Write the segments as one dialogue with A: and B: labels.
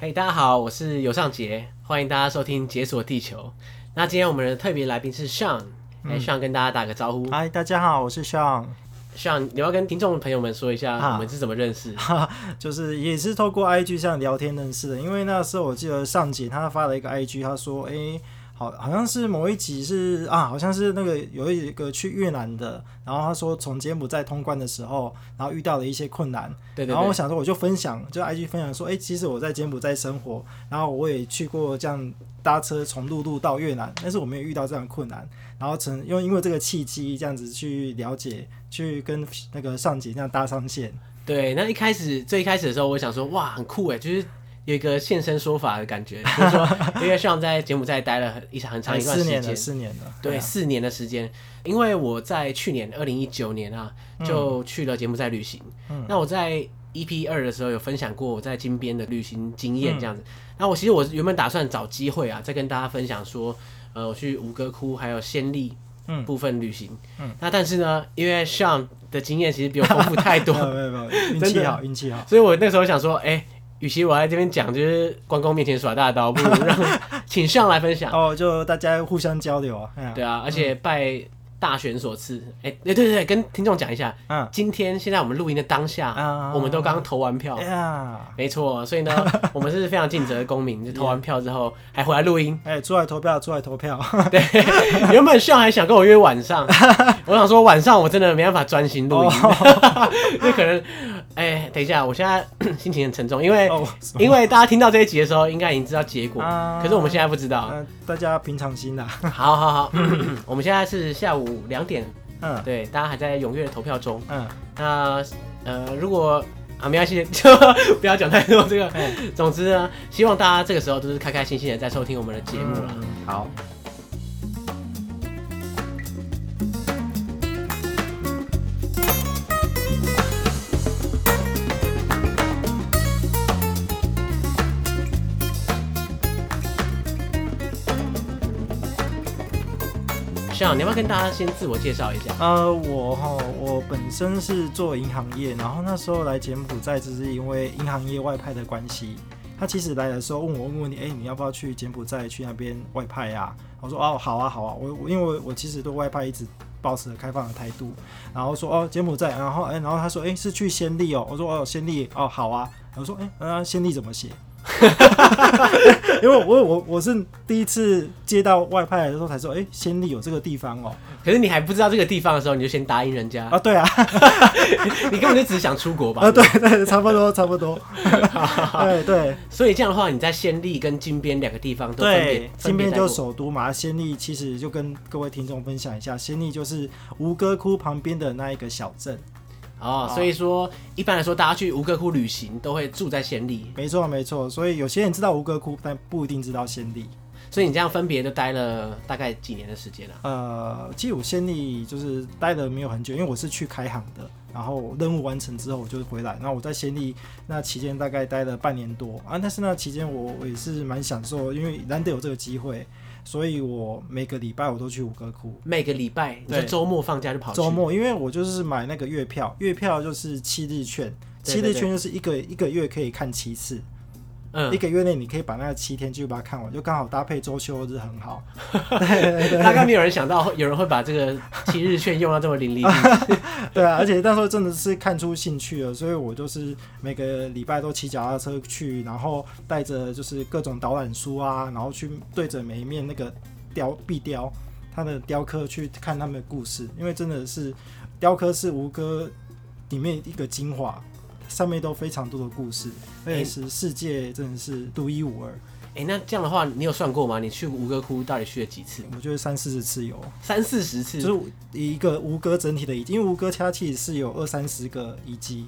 A: 嘿大家好，我是尤尚杰，欢迎大家收听《解锁地球》。那今天我们的特别来宾是 Sean，哎、s e
B: 嗯
A: a n 跟大家打个招呼。
B: 嗨，大家好，我是 Sean，
A: Sean，你要跟听众朋友们说一下
B: 啊
A: 我们是怎么认 识？
B: 就是也是透过 IG 上聊天认识的。因为那时候我记得上集他发了一个 IG，他说：“哎、好，好像是某一集是啊，好像是那个有一个去越南的，然后他说从柬埔寨通关的时候，然后遇到了一些困难。
A: 对对
B: 然后
A: 对
B: 我，想说，我就分享，就 IG 分享说，哎、其实我在柬埔寨生活，然后我也去过这样搭车从陆路到越南，但是我没有遇到这样的困难。然后成用因为这个契机，这样子去了解，去跟那个上级那样搭上线。
A: 对。那一开始最一开始的时候，我想说，哇，很酷哎，就是有一个现身说法的感觉，就是说， 因为 Sean 在柬埔寨待了很一很长一段
B: 哎四
A: 时
B: 年
A: 间，
B: 了，四年了，哎
A: 对，四年的时间，因为我在去年二零一九年啊，就去了柬埔寨旅行。那我在 EP 二的时候有分享过我在金边的旅行经验这样子。那我其实我原本打算找机会啊，再跟大家分享说，呃，我去吴哥窟还有暹粒
B: 嗯
A: 部分旅行。那但是呢，因为 Sean 的经验其实比我丰富太
B: 对
A: 多
B: 啊， 没有没有没有，运
A: 真
B: 气
A: 的
B: 好，运气好。
A: 所以我那时候想说，哎、与其我在这边讲就是关公面前耍大刀，不如让请上来分享。
B: 哦，就大家互相交流啊，哎呀
A: 对啊，而且拜大选所赐。哎、对对对，跟听众讲一下，
B: 嗯
A: 今天现在我们录音的当下，
B: 啊
A: 我们都刚投完票。
B: 哎呀，
A: 没错，所以 呢，我们是非常尽责的公民，就投完票之后还回来录音。
B: 哎，出来投票，出来投票，
A: 对， 原本秀还想跟我约晚 上，我想说晚上我真的没办法专心录音，
B: 哦
A: 就可能，哎、等一下，我现在 心情很沉重，因为、
B: 哦，
A: 因为大家听到这一集的时候，应该已经知道结果，
B: 啊
A: 可是我们现在不知道。
B: 嗯，大家平常心啦，
A: 好好好， 我们现在是下午两点
B: 嗯
A: 对，大家还在踊跃的投票中。
B: 嗯，
A: 那呃，如果啊，没关系， 就不要讲太多这个。总之呢，希望大家这个时候都是开开心心的在收听我们的节目了。
B: 嗯
A: 好，像你要不要跟大家先自我介绍一下？
B: 呃，我哈，我本身是做银行业，然后那时候来柬埔寨，只是因为银行业外派的关系。他其实来的时候问我问问题，哎、你要不要去柬埔寨去那边外派啊？我说哦，好啊，好啊，我我因为我我其实对外派一直保持着开放的态度，然后说哦柬埔寨，然后哎、然后他说哎、是去暹粒哦，我说哦暹粒哦好啊，我说哎啊暹粒怎么写？ 因为我我我是第一次接到外派的时候才说，哎、暹粒有这个地方哦，
A: 可是你还不知道这个地方的时候，你就先答应人 家，
B: 啊对啊，
A: 你根本就只是想出国吧？
B: 啊，对对，差 不多差不多。对对
A: 所以这样的话，你在暹粒跟金边两个地方都分别
B: 对，
A: 分
B: 金
A: 别
B: 边
A: 待
B: 就
A: 过
B: 首都嘛，暹粒其实就跟各位听众分享一下，暹粒就是吴哥窟旁边的那一个小镇。
A: 哦，所以说一般来说，大家去吴哥窟旅行都会住在暹粒，
B: 没错没错，所以有些人知道吴哥窟，但不一定知道暹粒。
A: 所以你这样分别都待了大概几年的时间了、啊
B: 呃，其实我暹粒就是待了没有很久，因为我是去开航的，然后任务完成之后我就回来。然后我在暹粒那期间大概待了半年多啊，但是那期间我我也是蛮享受，因为难得有这个机会，所以我每个礼拜我都去吴哥窟。
A: 每个礼拜，你
B: 对
A: 说周末放假就跑去，
B: 周末，因为我就是买那个月票，月票就是七日券，
A: 对
B: 七
A: 对
B: 日
A: 对
B: 券就是一个一个月可以看七次，一
A: 嗯，
B: 个月内你可以把那七天就把它看完，就刚好搭配周休日 很好。
A: 大概没有人想到会有人会把这 个七日券用到这么淋漓尽致。
B: 对啊，而且那时候真的是看出兴趣了，所以我就是每个礼拜都骑脚踏车去，然后带着就是各种导览书啊，然后去对着每一面那个雕壁雕它的雕刻去看他们的故事，因为真的是雕刻是吴哥里面一个精华。上面都非常多的故事，而且是世界真的是独一无二。
A: 哎、那这样的话，你有算过吗？你去吴哥窟到底去了几次？
B: 我觉得三四十次有，
A: 三四十次，
B: 就是以一个吴哥整体的遗迹，因为吴哥它其实是有二三十个遗迹，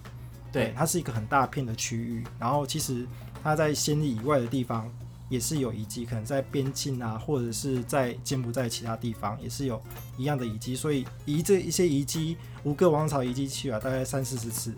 A: 对，
B: 它是一个很大片的区域。然后其实它在暹粒以外的地方也是有遗迹，可能在边境啊，或者是在柬埔寨其他地方也是有一样的遗迹。所以以这一些遗迹，吴哥王朝遗迹去啊，大概三四十次。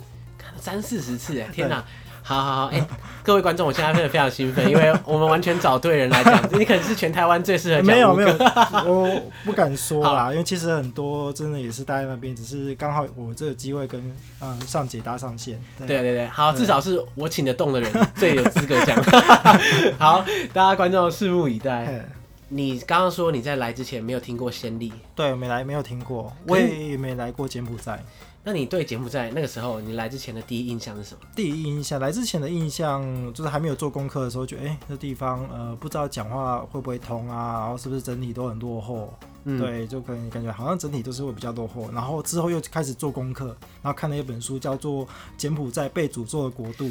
A: 三四十次、哎，天哪！好好好，哎、 各位观众，我现在真的非常兴奋，因为我们完全找对人来 讲，你可能是全台湾最适合讲
B: 哎没有
A: 五
B: 没
A: 个
B: 有，我不敢说啦，因为其实很多真的也是待在那边，只是刚好我这个机会跟呃上姐搭上线。
A: 对对对，好，至少是我请得动的人 最有资格讲。 好，大家观众拭目以待。
B: 嘿
A: 你刚刚说你在来之前没有听过先例，
B: 对，没来没有听过，
A: 可
B: 我
A: 是
B: 也没来过柬埔寨。
A: 那你对柬埔寨那个时候你来之前的第一印象是什么？
B: 第一印象，来之前的印象就是还没有做功课的时候，觉得哎、诶这地方呃不知道讲话会不会通啊，然后是不是整体都很落后，
A: 嗯，
B: 对，就可能感觉好像整体都是会比较落后。然后之后又开始做功课，然后看了一本书叫做《柬埔寨被诅咒的国度》，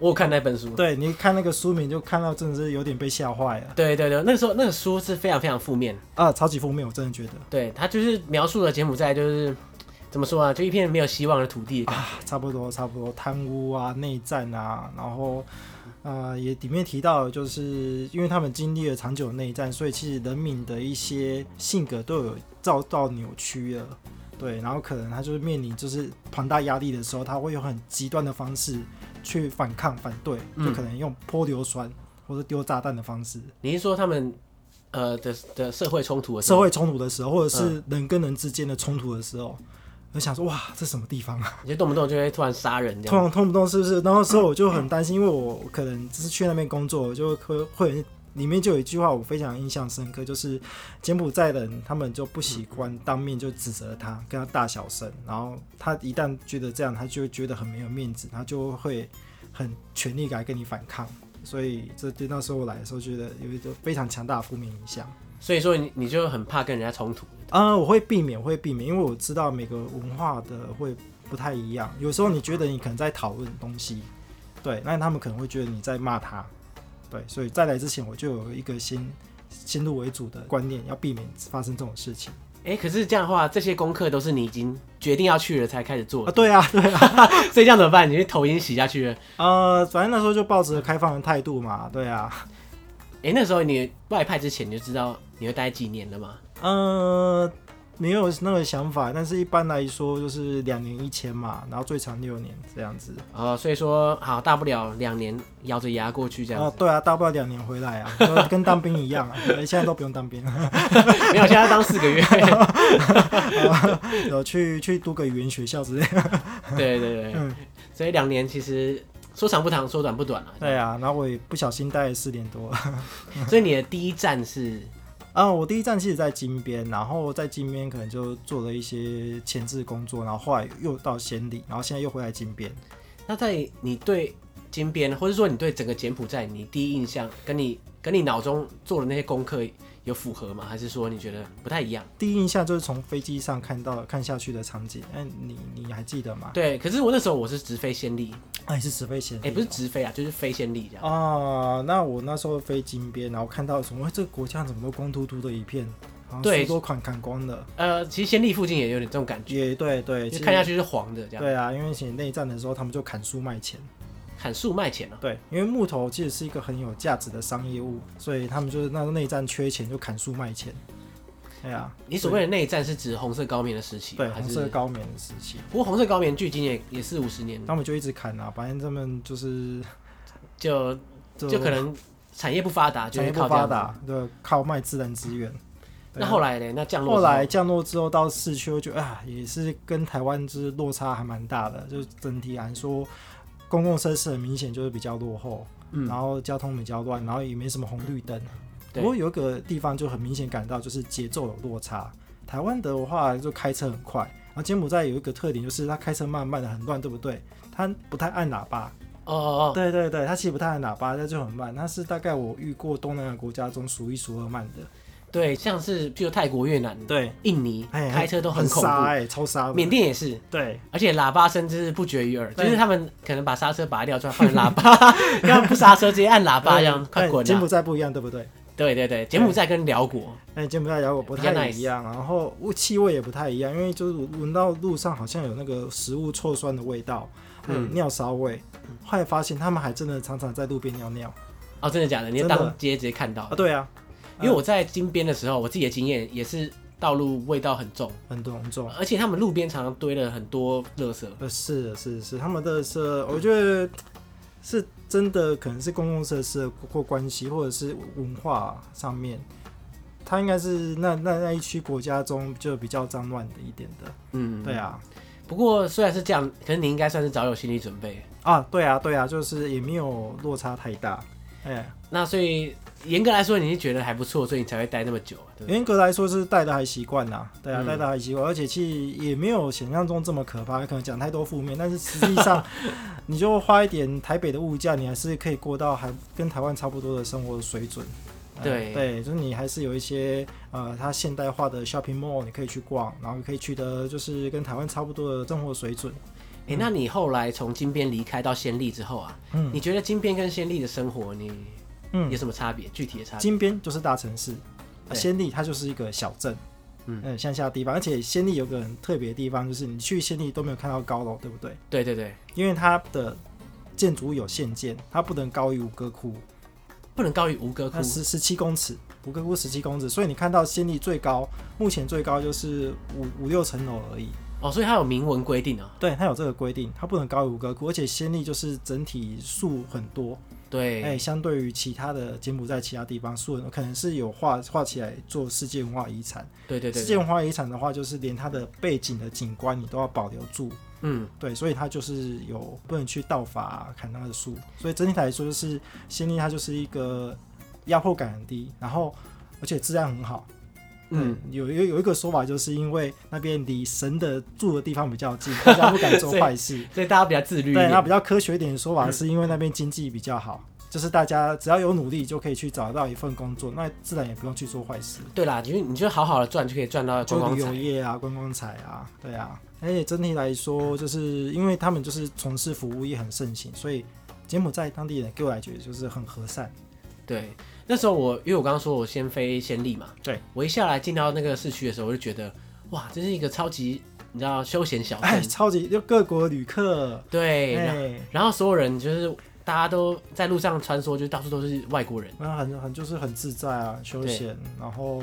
A: 我有看那本书。
B: 对，你看那个书名就看到真的是有点被吓坏了
A: 对对对，那个时候那个书是非常非常负面，
B: 啊，超级负面，我真的觉得
A: 对他就是描述了柬埔寨就是怎么说啊，就一片没有希望的土地的感觉。
B: 啊，差不多差不多，贪污啊、内战啊，然后呃也里面提到，就是因为他们经历了长久的内战，所以其实人民的一些性格都有遭到扭曲了。对，然后可能他就是面临就是庞大压力的时候，他会用很极端的方式去反抗反对，就
A: 嗯
B: 可能用泼硫酸或者丢炸弹的方式。
A: 你是说他们呃的的社会冲突的时
B: 社
A: 候，
B: 会冲突的时候，或者是人跟人之间的冲突的时候，我想说哇，这什么地方啊？
A: 你就动不动就会突然杀人这
B: 通
A: 样？嗯
B: 常动不动是不是？然后之后我就很担心，因为我可能只是去那边工作，我就会会里面就有一句话我非常印象深刻，就是柬埔寨人他们就不习惯当面就指责他，跟他大小声，然后他一旦觉得这样，他就会觉得很没有面子，他就会很全力来跟你反抗。所以这对那时候我来的时候，觉得有一个非常强大的负面影响。
A: 所以说你你就很怕跟人家冲突。
B: 呃，我会避免，我会避免，因为我知道每个文化的会不太一样。有时候你觉得你可能在讨论东西，对，那他们可能会觉得你在骂他，对，所以在来之前我就有一个先先入为主的观念，要避免发生这种事情
A: 哎、可是这样的话，这些功课都是你已经决定要去了才开始做
B: 啊。
A: 的，
B: 对啊，对啊，
A: 所以这样怎么办？你就投影洗下去了。
B: 呃，反正那时候就抱着开放的态度嘛，对啊，
A: 哎、那时候你外派之前你就知道你会待几年了嘛？
B: 呃，没有那个想法，但是一般来说就是两年一签嘛，然后最长六年这样子。
A: 哦，所以说好，大不了两年咬着牙过去这样
B: 哦
A: 子。，
B: 对啊，大不了两年回来啊，就跟当兵一样啊， 现在都不用当兵，
A: 没有，现在当四 个月。
B: 有去去读个语言学校之类。
A: 对对对，对
B: 嗯
A: 所以两年其实说长不长，说短不短了、
B: 对啊，然后我也不小心待了四年多。
A: 所以你的第一站是
B: 啊，我第一站其实在金边，然后在金边可能就做了一些前置工作，然后后来又到仙里，然后现在又回来金边。
A: 那在你对金边，或者说你对整个柬埔寨，你第一印象跟你跟你脑中做的那些功课有符合吗？还是说你觉得不太一样？
B: 第一印象就是从飞机上看到看下去的场景，哎，你你还记得吗？
A: 对，可是我那时候我是直飞先例，
B: 哎，是直飞仙
A: 哎、
B: 里哦，
A: 不是直飞啊，就是飞先例这样。
B: 啊，那我那时候飞金边，然后看到什么？哎这个国家怎么都光秃秃的一片，然后
A: 对
B: 树都砍砍光了。
A: 呃，其实先例附近也有点这种感觉，
B: 也对对，
A: 就
B: 其实
A: 看下去是黄的这样，
B: 对啊，因为以前内战的时候，他们就砍树卖钱。
A: 砍树卖钱啊。
B: 对，因为木头其实是一个很有价值的商业物，所以他们就是那时候内战缺钱就砍树卖钱。对啊，
A: 你所谓的内战是指红色高棉的时期吗，
B: 对
A: 还
B: 红
A: 是
B: 色高棉的时期，
A: 不过红色高棉距今也也四五十年了，
B: 他们就一直砍啊，反正他们就是
A: 就就可能产业不发达，就
B: 产
A: 是
B: 业不
A: 靠这
B: 发
A: 样子。
B: 达，对，靠卖自然资源。对
A: 那
B: 啊
A: 后来呢？那降落
B: 后
A: 之后
B: 来降落之后到市区，我觉得啊，也是跟台湾就是落差还蛮大的，就是整体来说，公共设施很明显就是比较落后，
A: 嗯
B: 然后交通比较乱，然后也没什么红绿灯。
A: 对
B: 不过有一个地方就很明显感到就是节奏有落差，台湾的话就开车很快，然后柬埔寨有一个特点就是它开车慢慢的很乱，对不对？它不太按喇叭，
A: 哦哦哦，
B: 对对对，它其实不太按喇叭，它就很慢，它是大概我遇过东南亚国家中数一数二慢的。
A: 对，像是譬如泰国、越南、
B: 对，
A: 印尼
B: 哎，
A: 开车都
B: 很
A: 恐
B: 杀
A: 怖，
B: 哎、超杀的。
A: 缅甸也是，
B: 对，
A: 而且喇叭声就是不绝于耳，就
B: 对
A: 是他们可能把刹车拔掉，就换喇叭， 要不刹车直接按喇叭，这样
B: 对
A: 快
B: 对
A: 滚
B: 柬
A: 啊！
B: 埔寨不一样，对不对？
A: 对对对，柬埔寨跟辽国，
B: 哎，柬埔寨摇果不
A: 比较
B: 太
A: nice
B: 一样，然后物气味也不太一样，因为就是闻到路上好像有那个食物臭酸的味道，还有
A: 嗯
B: 尿骚味。后来发现他们还真的常常在路边尿尿
A: 哦，真的假的？你
B: 真的
A: 当街直接看到
B: 啊！，对啊，
A: 因为我在金边的时候，我自己的经验也是道路味道很重，
B: 很多很重。
A: 而且他们路边常常堆了很多垃圾。
B: 呃，是是是，他们的是，我觉得是真的可能是公共设施或关系，或者是文化上面，它应该是那那那一区国家中就比较脏乱的一点的。
A: 嗯，
B: 对。啊，
A: 不过虽然是这样，可是你应该算是早有心理准备。
B: 啊，对啊，对啊，就是也没有落差太大。哎、
A: 那所以严格来说，你是觉得还不错，所以你才会待那么久，啊对不对？
B: 严格来说是带的还习惯呐，对啊，
A: 嗯
B: 带的还习惯，而且其实也没有想象中这么可怕，可能讲太多负面，但是实际 上你就花一点台北的物价，你还是可以过到还跟台湾差不多的生活水准。呃
A: 对
B: 对，就是你还是有一些呃，它现代化的 shopping mall 你可以去逛，然后可以去的就是跟台湾差不多的生活水准。
A: 哎、那你后来从金边离开到仙丽之后啊，
B: 嗯
A: 你觉得金边跟仙丽的生活，你
B: 嗯
A: 有，什么差别？具体的差别？
B: 金边就是大城市，啊、
A: 对
B: 仙力它就是一个小镇，
A: 嗯
B: 嗯，乡下的地方。而且仙力有个很特别的地方，就是你去仙力都没有看到高楼，对不对？
A: 对对对，
B: 因为它的建筑物有限建，它不能高于五个窟，
A: 不能高于吴哥窟
B: 它。十十七公尺，五个窟十七公尺，所以你看到仙力最高，目前最高就是五五六层楼而已。
A: 哦，所以它有明文规定哦。
B: 对，它有这个规定，它不能高于五个窟，而且仙力就是整体树很多，
A: 对，
B: 哎、相对于其他的柬埔寨其他地方，树可能是有画画起来做世界文化遗产。
A: 对对对
B: 世
A: 对，
B: 界文化遗产的话，就是连它的背景的景观你都要保留住，
A: 嗯，
B: 对，所以它就是有不能去盗伐、砍它的树，所以整体来说就是仙力它就是一个压迫感很低，然后而且质量很好。
A: 嗯
B: 嗯，有有有一个说法，就是因为那边离神的住的地方比较近，大家不 敢做
A: 所以嗯
B: 坏事。
A: 所以大家比较自律一
B: 对，那
A: 点。
B: 比较科学一点的说法是因为那边经济比较好，就是大家只要有努力就可以去找到一份工作，那自然也不用去做坏事，
A: 对啦，因为你就好好的赚，就可以赚到观
B: 就
A: 光
B: 旅游
A: 财。
B: 业啊、观光财啊，对啊。而且整体来说，就是因为他们就是从事服务业很盛行，所以柬埔寨当地人给我来觉得就是很和善。
A: 对，那时候我因为我刚刚说我先飞先丽嘛，
B: 对
A: 我一下来进到那个市区的时候，我就觉得哇，这是一个超级你知道休闲小
B: 哎，
A: 镇，
B: 超级就各国旅客，
A: 哦对，然后
B: 哎，
A: 然后所有人就是大家都在路上穿梭，就是到处都是外国人。
B: 那很很就是很自在啊，休
A: 对
B: 闲，然后。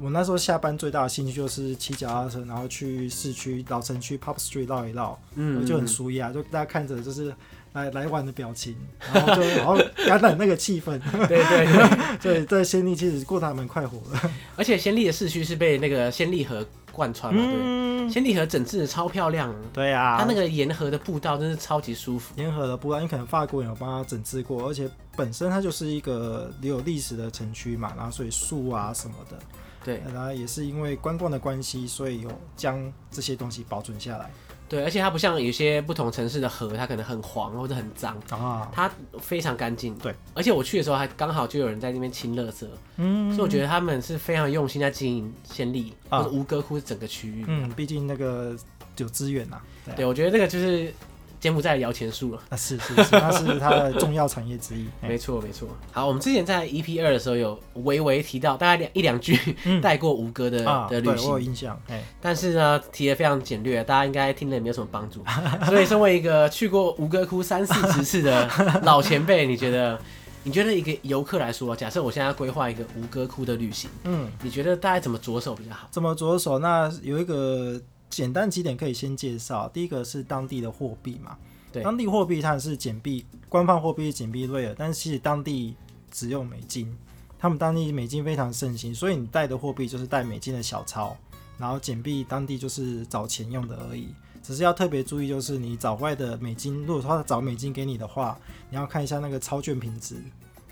B: 我那时候下班最大的兴趣就是骑脚踏车，然后去市区老城区 Pop Street 绕一绕，
A: 嗯，
B: 就很舒压，就大家看着就是来来玩的表情，然后就然后感染那个气氛。
A: 对对对，
B: 对，在仙力其实过得还蛮快活的。
A: 而且仙丽的市区是被那个仙丽河贯穿嘛，对，
B: 嗯，
A: 仙丽河整治的超漂亮，
B: 对啊，
A: 它那个沿河的步道真是超级舒服。
B: 沿河的不然可能法国人有帮他整治过，而且本身它就是一个有历史的城区嘛，然后所以树啊什么的，
A: 对
B: 然后也是因为观光的关系，所以有将这些东西保存下来
A: 对，而且它不像有些不同城市的河，它可能很黄或者很脏，
B: 啊。
A: 它非常干净。
B: 对，
A: 而且我去的时候还刚好就有人在那边清垃圾，
B: 嗯
A: 所以我觉得他们是非常用心在经营仙丽
B: 啊
A: 或者吴哥窟整个区域。
B: 嗯，毕竟那个有资源呐、啊。
A: 对，我觉得这个就是柬埔寨的摇钱树了。
B: 啊，是是是，它是它的重要产业之一。哎
A: 没错，没错。好，我们之前在 EP 二的时候有微微提到，大概两一两句 带过吴哥的、
B: 嗯啊，
A: 的
B: 对
A: 旅
B: 我有
A: 行，
B: 印象。哎，
A: 但是呢，提的非常简略，大家应该听了也没有什么帮 助。所以，身为一个去过吴哥窟三四十次的 老前辈，你觉得，你觉得一个游客来说，假设我现在要规划一个吴哥窟的旅行，
B: 嗯，
A: 你觉得大概怎么着手比较好？
B: 怎么着手？那有一个简单几点可以先介绍。第一个是当地的货币嘛，
A: 对
B: 当地货币它是简币，官方货币是简币瑞尔，但是其实当地只用美金，他们当地美金非常盛行，所以你带的货币就是带美金的小钞，然后简币当地就是找钱用的而已。只是要特别注意，就是你找外的美金，如果说他找美金给你的话，你要看一下那个钞券品质。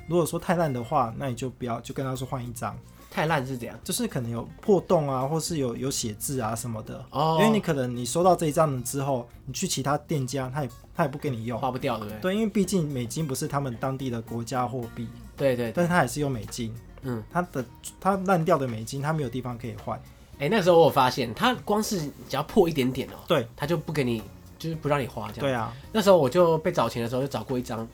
B: 如果说太烂的话，那你就不要，就跟他说换一张。
A: 太烂是怎样？
B: 就是可能有破洞啊，或是有有写字啊什么的。
A: 哦，
B: 因为你可能你收到这一张了之后，你去其他店家，他也他也不给你用。
A: 花不掉，对不对？
B: 对，因为毕竟美金不是他们当地的国家货币，
A: 对对对，
B: 但是他还是用美金。
A: 嗯，
B: 他的他烂掉的美金，他没有地方可以换。
A: 哎、那时候我有发现，它光是只要破一点点哦、
B: 对，
A: 它就不给你，就是不让你花这样。
B: 对啊，
A: 那时候我就被找钱的时候就找过一张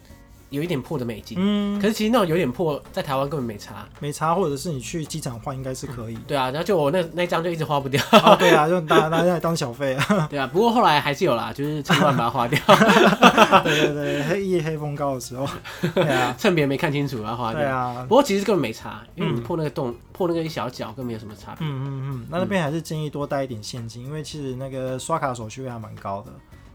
A: 有一点破的美金，
B: 嗯，
A: 可是其实那种有点破在台湾根本没差。。
B: 没差，或者是你去机场换应该是可以
A: 对啊，然后就我那那一张就一直花不 掉，
B: 哦，对啊，就大家大家来当小费啊。
A: 对啊。不过后来还是有啦，就是趁乱把它 花掉，
B: 啊 对对对，黑夜黑风高的时候。对啊，
A: 趁别人没看清楚然后花
B: 对
A: 掉。
B: 啊，嗯
A: 不过其实根本没差，因为你破那个洞，破那个一小角根本没有什么差别。嗯
B: 嗯嗯嗯，那那边还是建议多带一点现金，因为其实那个刷卡手续费还蛮高的，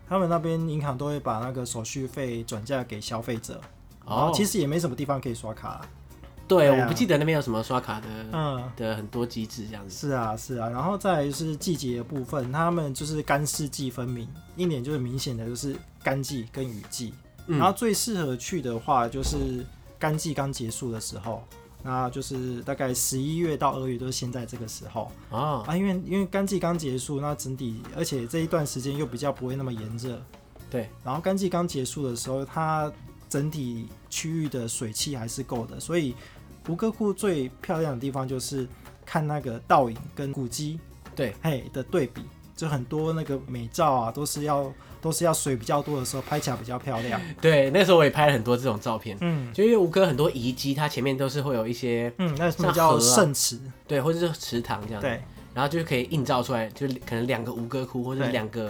B: 他们那边银行都会把那个手续费转嫁给消费者，然
A: 哦
B: 后，其实也没什么地方可以刷卡啦、
A: 对，
B: 对啊
A: 我不记得那边有什么刷卡的
B: 嗯，
A: 的很多机制这样子。
B: 是啊是啊，然后再来就是季节的部分，他们就是干湿季分明，一年就是明显的就是干季跟雨季，然后
A: 嗯，
B: 最适合去的话就是干季刚结束的时候。那就是大概十一月到二月，就是现在这个时候
A: 哦，
B: 啊，因为因为干季刚结束，那整体而且这一段时间又比较不会那么炎热，
A: 对，
B: 然后干季刚结束的时候，它整体区域的水汽还是够的，所以吴哥窟最漂亮的地方就是看那个倒影跟古迹
A: 对，
B: 嘿的对比，就很多那个美照啊，都是要都是要水比较多的时候拍起来比较漂亮。
A: 对，那时候我也拍了很多这种照片，
B: 嗯
A: 就因为吴哥很多遗迹，它前面都是会有一些
B: 嗯，那什么
A: 像
B: 叫
A: 河啊
B: 圣池？
A: 对，或者是池塘这样子，
B: 对，
A: 然后就可以映照出来，就可能两个吴哥窟或者
B: 对
A: 两个，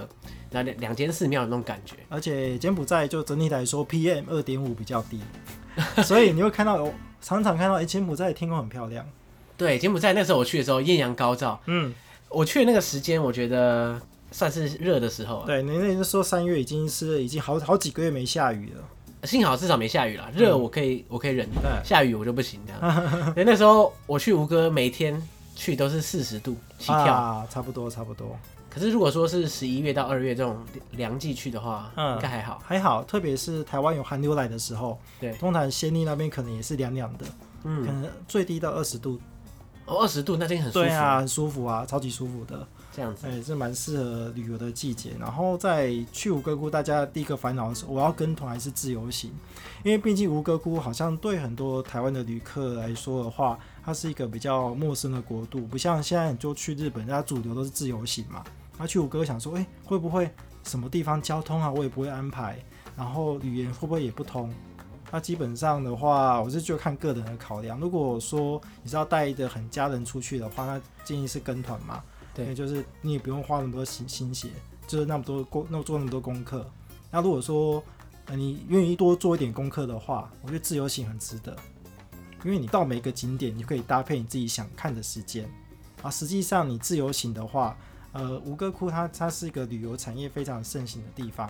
A: 然后两两间寺庙的那种感觉。
B: 而且柬埔寨就整体来说 PM 二点五比较低， 所以你会看到常常看到，哎、柬埔寨的天空很漂亮。
A: 对，柬埔寨那时候我去的时候艳阳高照，
B: 嗯，
A: 我去的那个时间我觉得算是热的时候啊，
B: 对，你那时候三月已经是已经好好几个月没下雨了。
A: 幸好至少没下雨啦，热我可以、我可以忍，
B: 对
A: 下雨我就不行这样。对，那时候我去吴哥每天去都是四十度起跳，
B: 啊，差不多差不多，
A: 可是如果说是十一月到二月这种凉季去的话，
B: 嗯
A: 应该还好。
B: 还好，特别是台湾有寒流来的时候，
A: 对
B: 东南仙丽那边可能也是凉凉的，
A: 嗯
B: 可，能最低到二十度，
A: 哦，二十度那真的很舒服。
B: 对啊，很舒服啊，超级舒服的，
A: 这样子。
B: 哎、这蛮适合旅游的季节。然后在去吴哥窟，大家第一个烦恼是我要跟团还是自由行，因为毕竟吴哥窟好像对很多台湾的旅客来说的话，它是一个比较陌生的国度，不像现在你就去日本，大家主流都是自由行嘛。然后去吴哥想说，哎、会不会什么地方交通啊，我也不会安排，然后语言会不会也不通？那基本上的话，我是就看个人的考量。如果说你是要带着很家人出去的话，那建议是跟团嘛，
A: 对
B: 因为就是你也不用花那么多心心血，就是那么多功，那么做那么多功课。那如果说、呃你愿意多做一点功课的话，我觉得自由行很值得，因为你到每个景点，你可以搭配你自己想看的时间。啊，实际上你自由行的话，呃，吴哥窟它它是一个旅游产业非常盛行的地方，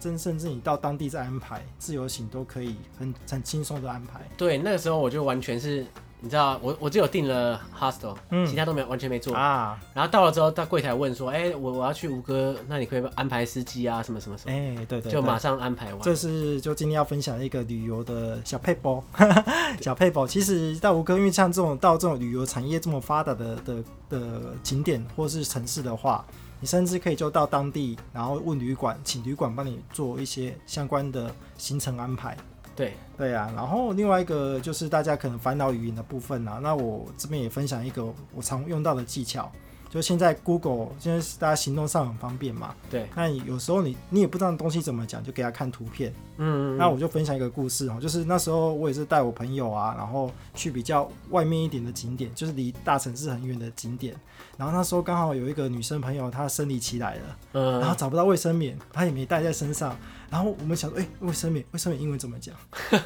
B: 真甚至你到当地再安排自由行都可以很很轻松的安排。
A: 对，那个时候我就完全是，你知道，我我只有订了 hostel，、
B: 嗯
A: 其他都没有完全没做。
B: 啊，
A: 然后到了之后，到柜台问说：“哎、我我要去吴哥，那你可以安排司机啊，什么什么什么。
B: 哎、对对对，
A: 就马上安排完。
B: 这是就今天要分享的一个旅游的小配包， 小配包。其实到吴哥，因为像这种到这种旅游产业这么发达的的的景点或是城市的话，你甚至可以就到当地，然后问旅馆，请旅馆帮你做一些相关的行程安排。
A: 对，
B: 对啊，然后另外一个就是大家可能烦恼语言的部分啊，那我这边也分享一个我常用到的技巧，就现在 Google 现在大家行动上很方便嘛，
A: 对，
B: 那你有时候你你也不知道东西怎么讲，就给他看图片。
A: 嗯，
B: 那我就分享一个故事哦，就是那时候我也是带我朋友啊，然后去比较外面一点的景点，就是离大城市很远的景点。然后那时候刚好有一个女生朋友，她生理期来了，
A: 嗯、
B: 然后找不到卫生棉，她也没带在身上。然后我们想说，哎、卫生棉，卫生棉英文怎么讲？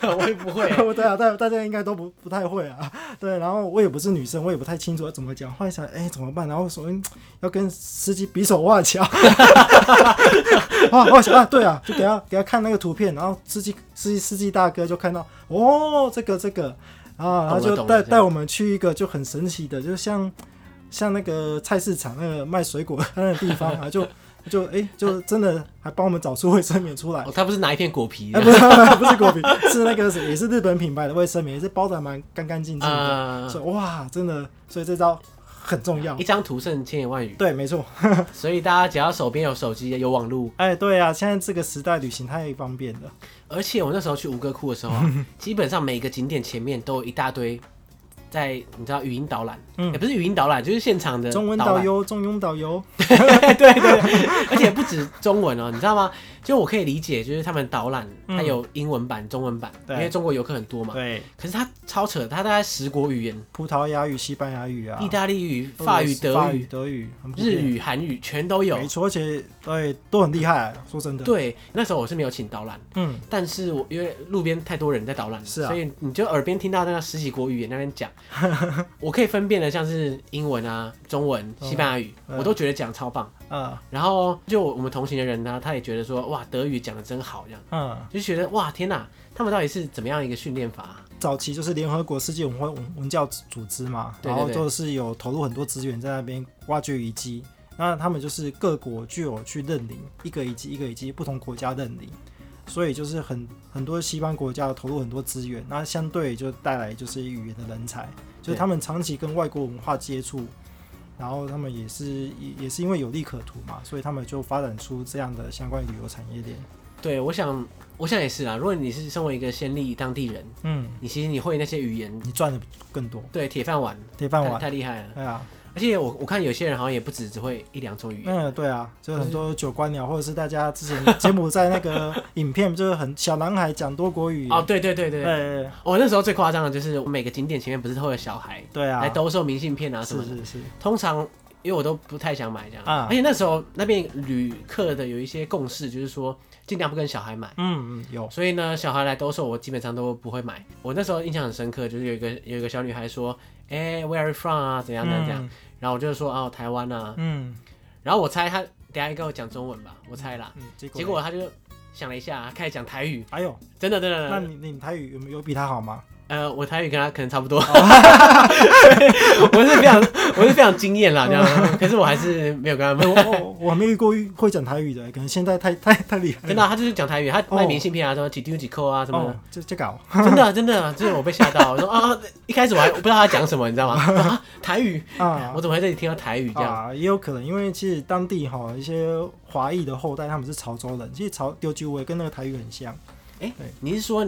A: 我也不会。
B: 对啊，大大家应该都不不太会啊。 对，然后我也不是女生，我也不太清楚要怎么讲。后来想，哎、怎么办？然后说、嗯要跟司机比手画脚。 啊，我想啊，对啊，就给他给他看那个图片，然后司机司机司机大哥就看到哦，这个这个啊，然后
A: 懂
B: 就
A: 了懂了
B: 带
A: 这样
B: 带我们去一个就很神奇的，就像像那个菜市场那个卖水果的那个地方啊，就就哎、就真的还帮我们找出卫生棉出来。
A: 哦，他不是拿一片果皮
B: 哎、不是 不是果皮，是那个是也是日本品牌的卫生棉，也是包的蛮干干净净的。
A: 啊、
B: 所以哇，真的，所以这招很重要
A: 一。张图胜千言万 语。
B: 对，没错。
A: 所以大家只要手边有手机、有网络，
B: 哎，对啊，现在这个时代旅行太方便了。
A: 而且我那时候去吴哥窟的时候 啊，基本上每个景点前面都有一大堆在你知道语音导览，也、
B: 嗯
A: 不是语音导览，就是现场的
B: 中文
A: 导
B: 导
A: 览，
B: 游，中庸导游。
A: 对对对，而且不止中文哦、你知道吗？就我可以理解，就是他们导览
B: 嗯
A: 它有英文版、中文版，
B: 对
A: 因为中国游客很多嘛。
B: 对，
A: 可是它超扯，它大概十国语言，
B: 葡萄牙语、西班牙语啊
A: 意，大利语、法语、德
B: 法
A: 语、
B: 德语，很普遍
A: 日语、韩语全都有
B: 没。错，而且对都很厉害。说真的，
A: 对，那时候我是没有请导览，
B: 嗯，
A: 但是我因为路边太多人在导览了，
B: 是啊
A: 所以你就耳边听到那个十几国语言那边 讲，我可以分辨的像是英文啊、中文、西班牙语，
B: 嗯
A: 我都觉得讲超棒。
B: 嗯
A: 然后就我们同行的人呢，啊他也觉得说，哇，德语讲的真好，这样
B: 嗯，
A: 就觉得哇，天哪，他们到底是怎么样一个训练法啊、
B: 早期就是联合国世界文化文文教组织嘛，
A: 对对
B: 然后
A: 对
B: 就是有投入很多资源在那边挖掘遗迹。那他们就是各国就有去认领一个遗迹，一个遗迹，不同国家认领，所以就是很很多西方国家投入很多资源，那相对就带来就是语言的人才，就是
A: 对
B: 他们长期跟外国文化接触，然后他们也是也也是因为有利可图嘛，所以他们就发展出这样的相关旅游产业链。
A: 对，我想，我想也是啦。如果你是身为一个先例当地人，
B: 嗯，
A: 你其实你会那些语言，
B: 你赚的更多，
A: 对，铁饭碗，
B: 铁饭
A: 太
B: 碗。
A: 太厉害了。
B: 对啊，
A: 而且我我看有些人好像也不止只会一两种语言，
B: 嗯，对啊，就是很多九官鸟，或者是大家之前柬埔寨那 个影片，就是很小男孩讲多国语言。啊
A: 哦，对对对对，
B: 对
A: 我、那时候最夸张的就是我每个景点前面不是都会有小孩
B: 对啊
A: 来，兜售明信片啊什么
B: 是
A: 的，
B: 是是，
A: 通常因为我都不太想买这样，
B: 啊
A: 而且那时候那边旅客的有一些共识，就是说尽量不跟小孩买。
B: 嗯嗯有，
A: 所以呢，小孩来兜售，我基本上都不会买。我那时候印象很深刻，就是有一个有一个小女孩说：“哎、w h e r e are you from 啊？怎样怎样怎样。然后我就说：“哦，台湾啊。
B: 嗯，”
A: 然后我猜她等一下应该会讲中文吧，我猜啦。
B: 嗯，结果
A: 结果她就想了一下，开始讲台语，
B: 哎呦，
A: 真的真的。
B: 那你你台语有没有比他好吗？
A: 呃，我台语跟他可能差不多，
B: 哦
A: 我是非常我是非常惊艳啦，这
B: 哦
A: 样，可是哎我还是没有跟他
B: 我
A: 们。
B: 我我还没遇过会讲台语的，可能现在太 太太厉害
A: 真
B: 了。
A: 的啊、他就是讲台语，他卖明信片啊，什么几丢几扣啊，什么
B: 哦，这这搞，
A: 的，真的啊真的啊，就是我被吓到，我说啊，一开始我还我不知道他讲什么，你知 道吗？啊，台语，
B: 啊
A: 我怎么会在这里听到台语这样？
B: 啊，也有可能，因为其实当地哈一些华裔的后代，他们是潮州人，其实潮丢九尾跟那个台语很像。
A: 你是说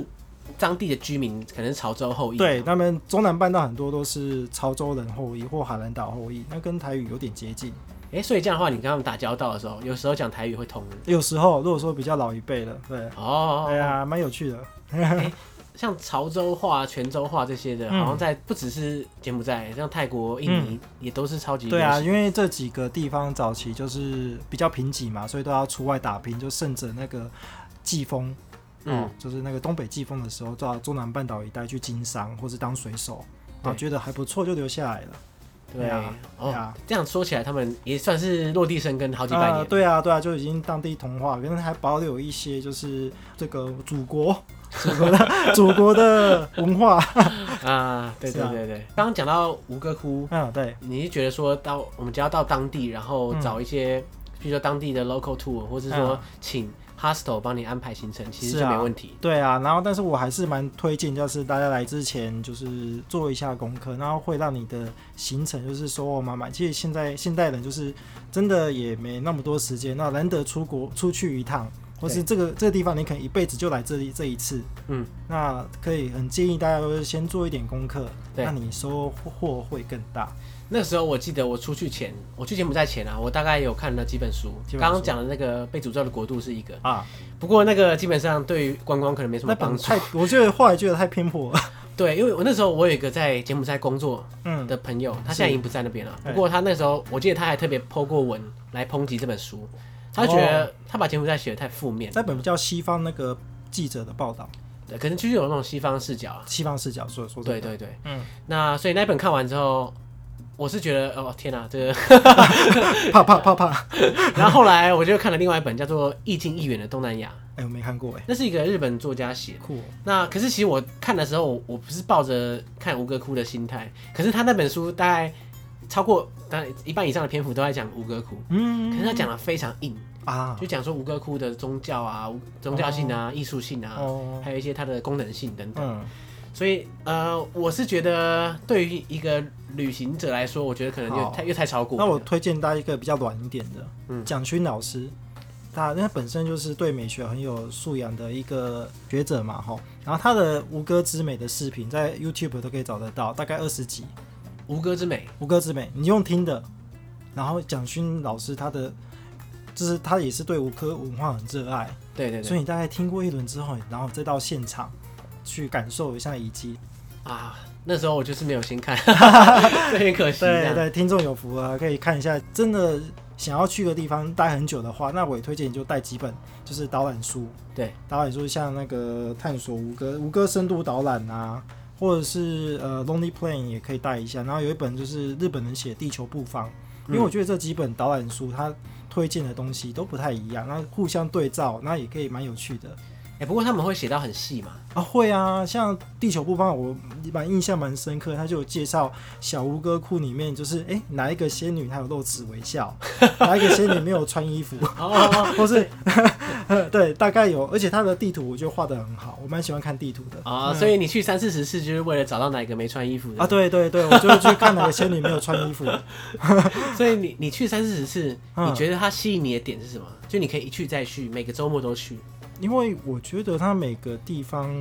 A: 当地的居民可能是潮州后裔？
B: 对，他们中南半岛很多都是潮州人后裔或海南岛后裔，那跟台语有点接近。
A: 哎、所以这样的话，你跟他们打交道的时候，有时候讲台语会通的。
B: 有时候如果说比较老一辈了，对，
A: 哦，
B: 哎呀，蛮有趣 的。啊
A: 像潮州话、泉州话这些的，
B: 嗯
A: 好像在不只是柬埔寨，像泰国、印尼也都是超级
B: 对啊，
A: 流行，
B: 因为这几个地方早期就是比较贫瘠嘛，所以都要出外打拼，就顺着那个季风。
A: 嗯
B: 哦，就是那个东北季风的时候，到中南半岛一带去经商或是当水手，啊，
A: 对
B: 觉得还不错就留下来了。
A: 对啊，
B: 对
A: 哦，
B: 啊，
A: 这样说起来，他们也算是落地生根好几百
B: 啊
A: 年。
B: 对啊，对啊，就已经当地同化，可能还保留一些就是这个祖国、 祖国的祖国的文化。
A: 啊，对
B: 是
A: 对
B: 啊
A: 对对，刚刚讲到吴哥窟，
B: 嗯，对，
A: 你是觉得说到我们只要到当地，然后
B: 嗯
A: 找一些，比如说当地的 local tour，或是说
B: 嗯
A: 请 hostel 帮你安排行程，其实
B: 是
A: 就
B: 啊
A: 没问题。
B: 对啊。然后，但是我还是蛮推荐，就是大家来之前就是做一下功课，然后会让你的行程就是收获满满。其实现在现代人就是真的也没那么多时间，那难得出国出去一趟。或是这个这个地方，你可能一辈子就来这里这一次，
A: 嗯，
B: 那可以很建议大家就是先做一点功课，
A: 对
B: 那你收获会更大。
A: 那时候我记得我出去前，我去柬埔寨前啊，我大概有看了几本书
B: 几，本书
A: 刚刚讲的那个被诅咒的国度是一个，
B: 啊，
A: 不过那个基本上对于观光可能没什
B: 那
A: 么
B: 本
A: 帮助。
B: 太，我觉得后来觉得太偏颇了。
A: 对，因为我那时候我有一个在柬埔寨工作
B: 嗯，
A: 的朋友，他
B: 是
A: 现在已经不在那边了。
B: 哎
A: 不过他那时候，我记得他还特别 Po 过文来抨击这本书，他觉得他把柬埔寨写的太负面。
B: 那哦本比较西方那个记者的报道，
A: 对，可能就是有那种西方视角啊。
B: 西方视角说说
A: 对
B: 的，
A: 对对，
B: 嗯，
A: 那所以那本看完之后，我是觉得哦天哪、这个。
B: 怕怕怕怕，
A: 然后后来我就看了另外一本叫做《易近易远的东南亚
B: 哎，我没看过》，哎，
A: 那是一个日本作家写的。
B: 酷哦，
A: 那可是其实我看的时候，我我不是抱着看吴哥窟的心态，可是他那本书大概超过当然一半以上的篇幅都在讲吴哥窟，可
B: 嗯
A: 是他讲的非常硬，
B: 啊，
A: 就讲说吴哥窟的宗教啊、吴宗教性啊、艺术性啊，
B: 哦，
A: 还有一些它的功能性等等。
B: 嗯，
A: 所以呃，我是觉得对于一个旅行者来说，我觉得可能又
B: 好
A: 太又太超过了。
B: 那我推荐大家一个比较软一点的，
A: 嗯
B: 蒋勋老师。他那本身就是对美学很有素养的一个学者嘛，哈。然后他的《吴哥之美》的视频在 YouTube 都可以找得到，大概二十集。
A: 吴哥之美，
B: 吴哥之美，你用听的。然后蒋勋老师他的，就是他也是对吴科文化很热爱，
A: 对对
B: 所
A: 对
B: 以你大概听过一轮之后，然后再到现场去感受一下遗迹。
A: 啊，那时候我就是没有先 看，有点可惜这
B: 对
A: 样。
B: 对，听众有福啊，可以看一下。真的想要去个地方待很久的话，那我也推荐你就带几本，就是导览书。
A: 对，
B: 导览书像那个探索吴哥吴哥深度导览啊。或者是呃，Lonely Plane 也可以带一下，然后有一本就是日本人写《地球布方》，因为我觉得这几本导览书它推荐的东西都不太一样，那互相对照，那也可以蛮有趣的
A: 哎、不过他们会写到很细嘛，
B: 啊。会啊，像地球部分我蛮印象蛮深刻，他就有介绍小吴哥窟里面就是哎、诶哪一个仙女她有露齿微笑，哪一个仙女没有穿衣服，
A: 哦
B: 或是对，大概有，而且他的地图我觉得画的很好，我蛮喜欢看地图的。
A: 啊，所以你去三四十次就是为了找到哪一个没穿衣服的
B: 啊，对对对，我就会去看哪个仙女没有穿衣服。
A: 所以你你去三四十次，
B: 嗯
A: 你觉得它吸引你的点是什么？就你可以一去再去，每个周末都去。
B: 因为我觉得它每个地方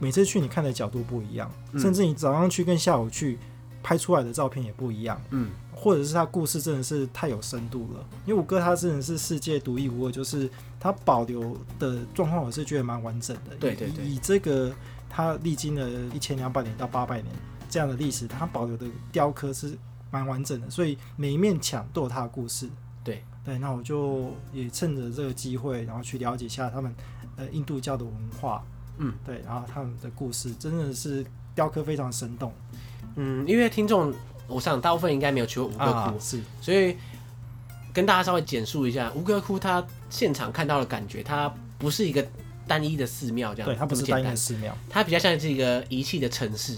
B: 每次去你看的角度不一样，
A: 嗯
B: 甚至你早上去跟下午去拍出来的照片也不一样，
A: 嗯，
B: 或者是它故事真的是太有深度了。因为我哥他真的是世界独一无二，就是他保留的状况，我是觉得蛮完整的。
A: 对对
B: 以
A: 对
B: 以这个他历经了一千两百年到八百年这样的历史，他保留的雕刻是蛮完整的，所以每一面墙都有他的故事。
A: 对
B: 对，那我就也趁着这个机会，然后去了解一下他们呃印度教的文化，
A: 嗯，
B: 对，然后他们的故事真的是雕刻非常生动
A: 嗯，因为听众我想大部分应该没有去过吴哥窟，
B: 啊是
A: 所以跟大家稍微简述一下吴哥窟它现场看到的感觉，它不是一个单一的寺庙这样，
B: 对，它不是
A: 这么
B: 单
A: 简
B: 一的
A: 单，
B: 寺庙
A: 它比较像是一个遗弃的城市。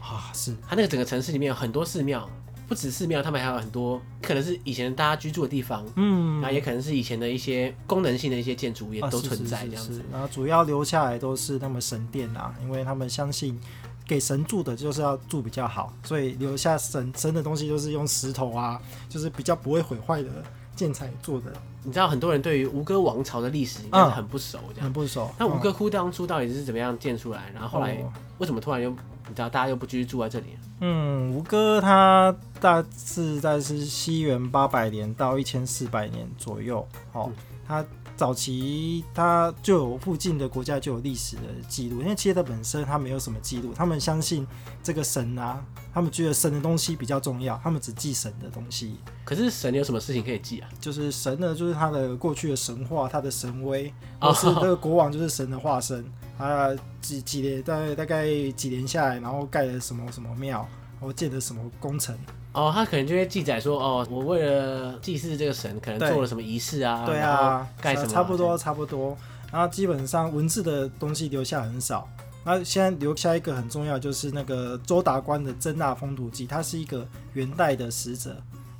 B: 啊，是
A: 它那个整个城市里面有很多寺庙，不止寺庙，他们还有很多可能是以前大家居住的地方，
B: 嗯
A: 然后也可能是以前的一些功能性的一些建筑物也
B: 啊
A: 都
B: 是
A: 存
B: 是
A: 在
B: 是
A: 这样
B: 是
A: 子。
B: 然后主要留下来都是他们神殿啊，因为他们相信给神住的就是要住比较好，所以留下神神的东西就是用石头啊，就是比较不会毁坏的建材做的，
A: 你知道很多人对于吴哥王朝的历史应该是很不熟这样。
B: 很不熟。
A: 那吴
B: 嗯
A: 哥窟当初到底是怎么样建出来？然后后来
B: 哦
A: 为什么突然又你知道大家又不继续住在这里？
B: 嗯，吴哥他大致在是西元八百年到一千四百年左右。哦，他早期他就有附近的国家就有历史的记录，因为切的本身他没有什么记录，他们相信这个神啊，他们觉得神的东西比较重要，他们只记神的东西，
A: 可是神有什么事情可以记啊？
B: 就是神呢，就是他的过去的神话，他的神威，
A: 哦
B: 或是这个国王就是神的化身。他几几年大概大概几年下来，然后盖了什么什么庙，然后建了什么工程。
A: 哦，他可能就会记载说，哦，我为了祭祀这个神，可能
B: 对
A: 做了什么仪式啊，
B: 对
A: 然
B: 啊
A: 后，盖什么啊
B: 差不多差不多。然后基本上文字的东西留下很少。那现在留下一个很重要，就是那个周达官的《真腊风土记》，他是一个元代的使者。